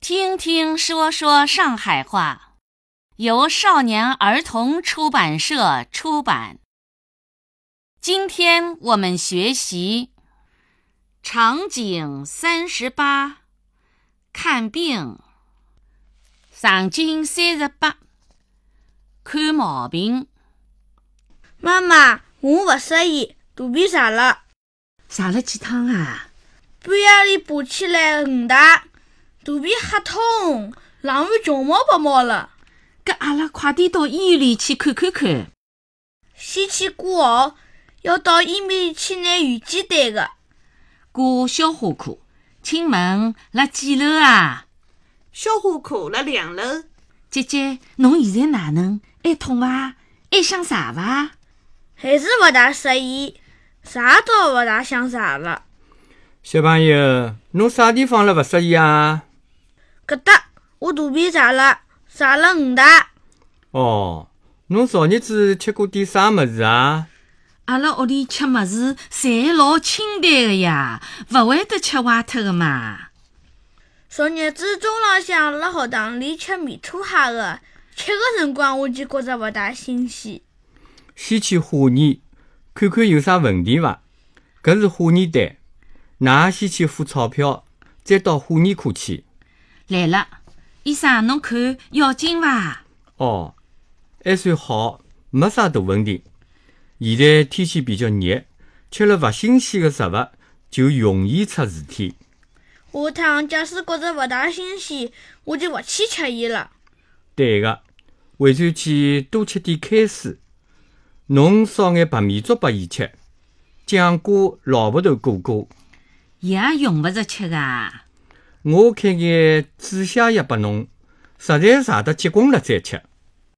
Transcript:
听听说说上海话，由少年儿童出版社出版。今天我们学习场景三十八，看病。场景三十八，看毛病。妈妈，我勿适意，肚皮胀了，撒了几趟啊？半夜里爬起来五大，肚皮吓痛，冷汗穷冒白冒了。搿阿拉快点到医院里去看看看。先去挂号，要到医院去拿预检单的。挂消化科，请问辣几楼啊？消化科辣两楼，姐姐，侬现在哪能？还痛伐？还想啥伐？还是勿大适意，啥都勿大想啥了。小朋友，侬啥地方了勿适意啊？搿搭我肚皮胀了，胀了嗯五大，哦，侬昨日子吃过点啥物事啊？阿拉屋里吃物事侪老清淡个呀，勿会得吃坏脱个嘛。昨日子中浪向辣学堂里吃面拖虾的，吃个辰光我就觉着勿大新鲜。先去化验，看看有啥问题伐？搿是化验单，㑚先去付钞票，再到化验科去。来了，医生侬看要紧伐？哦，还算好，没啥大问题。现在天气比较热，吃了勿新鲜的食物就容易出事体。下趟假使觉着勿大新鲜，我就勿去吃伊了。对个，回转去多吃点开水，侬烧眼白米粥拨伊吃，酱瓜、老婆头裹裹，也用勿着吃啊个。我开眼紫虾叶拨侬，实在馋得结棍了再吃。